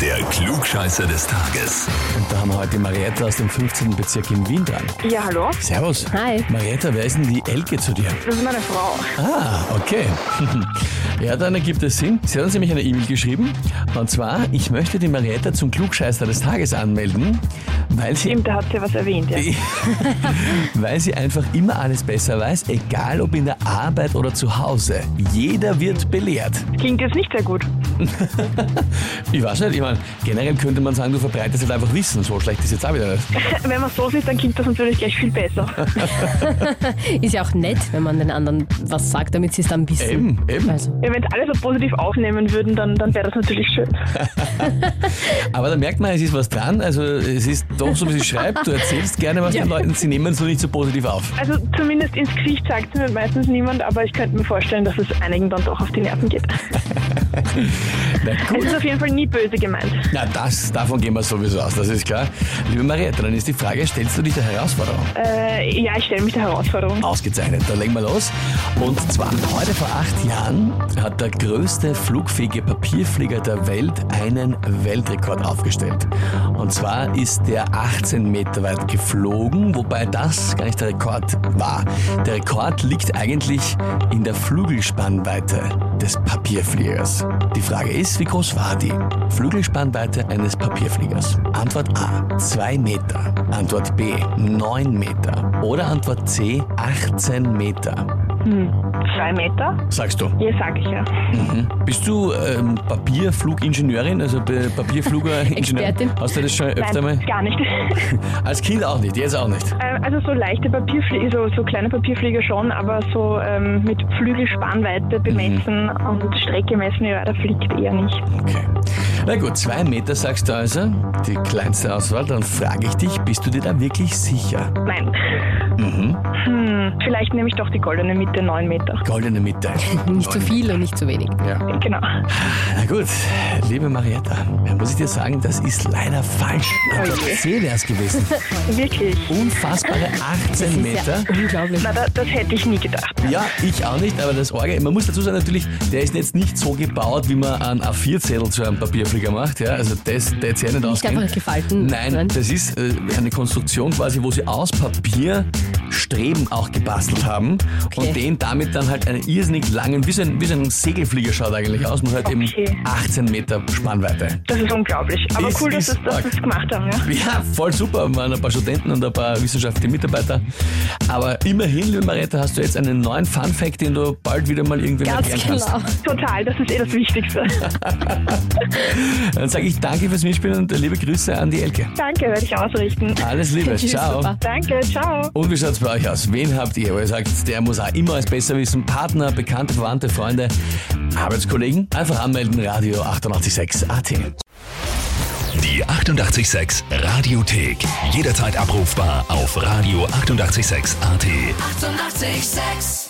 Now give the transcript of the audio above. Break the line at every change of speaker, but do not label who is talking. Der Klugscheißer des Tages.
Und da haben wir heute Marietta aus dem 15. Bezirk in Wien dran.
Ja, hallo,
Servus.
Hi.
Marietta, wer ist denn die Elke zu dir?
das ist meine Frau.
Ah, okay. ja, dann ergibt es Sinn. Sie hat uns nämlich eine E-Mail geschrieben. Und zwar, ich möchte die Marietta zum Klugscheißer des Tages anmelden, weil sie,
Stimmt, da hat sie was erwähnt, ja.
weil sie einfach immer alles besser weiß, egal ob in der Arbeit oder zu Hause. Jeder wird belehrt.
Klingt jetzt nicht sehr gut.
Ich weiß nicht, ich meine, generell könnte man sagen, du verbreitest halt einfach Wissen. So schlecht ist jetzt auch wieder nicht.
Wenn man so sieht, dann klingt das natürlich gleich viel besser.
Ist ja auch nett, wenn man den anderen was sagt, damit sie es dann wissen.
Eben, eben.
Also,
Ja, wenn es alle so positiv aufnehmen würden, dann, dann wäre das natürlich schön.
Aber da merkt man, es ist was dran. Also es ist doch so, wie sie schreibt. Du erzählst gerne was den Leuten, sie nehmen es nur nicht so positiv auf.
Also zumindest ins Gesicht sagt es mir meistens niemand, aber ich könnte mir vorstellen, dass es einigen dann doch auf die Nerven geht.
Na
Es
gut.
ist auf jeden Fall nie böse gemeint.
Na, das, davon gehen wir sowieso aus, das ist klar. Liebe Marietta, dann ist die Frage, stellst du dich der Herausforderung?
Äh, ja, ich stelle mich der Herausforderung.
Ausgezeichnet, dann legen wir los. Und zwar, heute vor acht Jahren hat der größte flugfähige Papierflieger der Welt einen Weltrekord aufgestellt. Und zwar ist der 18 Meter weit geflogen, wobei das gar nicht der Rekord war. Der Rekord liegt eigentlich in der Flügelspannweite des Papierfliegers. Die Frage ist, wie groß war die Flügelspannweite eines Papierfliegers? Antwort A, 2 Meter. Antwort B, 9 Meter. Oder Antwort C, 18 Meter.
Zwei Meter?
Sagst du?
Ja, sag ich ja.
Mhm. Bist du ähm, Papierflugingenieurin, also P- Papierflugeringenieurin?
Expertin.
Hast du das schon öfter
Nein,
mal?
gar nicht.
Als Kind auch nicht, jetzt auch nicht.
Äh, also so leichte Papierflieger, so, so kleine Papierflieger schon, aber so ähm, mit Flügelspannweite bemessen
Mhm.
und Strecke messen, ja, da fliegt eher nicht.
Okay. Na gut, zwei Meter sagst du also, die kleinste Auswahl. Dann frage ich dich, bist du dir da wirklich sicher?
Nein.
Mhm.
Hm, vielleicht nehme ich doch die goldene Mitte, 9 Meter.
Goldene Mitte.
nicht zu
Neun.
viel und nicht zu wenig.
Ja.
Genau.
Na gut, liebe Marietta, dann muss ich dir sagen, das ist leider falsch.
Oh
Antwort C wäre es gewesen.
Wirklich.
Unfassbare 18
Das ist ja
Meter.
unglaublich.
Na, da, das hätte ich nie gedacht.
Ja, ich auch nicht, aber das Orgel, man muss dazu sagen natürlich, der ist jetzt nicht so gebaut, wie man einen A4-Zettel zu einem Papierflieger macht. Ja? Also das, der hätte sich ja nicht
Nicht
ausgehen.
einfach gefalten.
Nein, das ist äh, eine Konstruktion quasi, wo sie aus Papier Streben auch gebastelt haben
Okay.
und den damit dann halt einen irrsinnig langen, wie so ein, wie so ein Segelflieger schaut eigentlich aus, nur halt
Okay.
eben 18 Meter Spannweite.
Das ist unglaublich. Aber
Das
cool, dass
ist
es- dass
arg.
wir es gemacht haben, ja.
Ja, voll super. Wir waren ein paar Studenten und ein paar wissenschaftliche Mitarbeiter. Aber immerhin, liebe Marietta, hast du jetzt einen neuen Fun-Fact, den du bald wieder mal irgendwem
Ganz
erklären kannst.
genau.
Total, das ist eh das Wichtigste.
Dann sage ich danke fürs Mitspielen und liebe Grüße an die Elke.
Danke, werde ich ausrichten.
Alles Liebe,
Tschüss,
ciao.
Papa.
Danke, ciao.
Und wie schaut's bei euch aus? Wen habt ihr, wo ihr sagt, der muss auch immer als besser wissen? Partner, Bekannte, Verwandte, Freunde, Arbeitskollegen? Einfach anmelden, Radio 886 AT.
Die 88,6 Radiothek. Jederzeit abrufbar auf radio886.at. 88,6.
Eighty-eight, sex.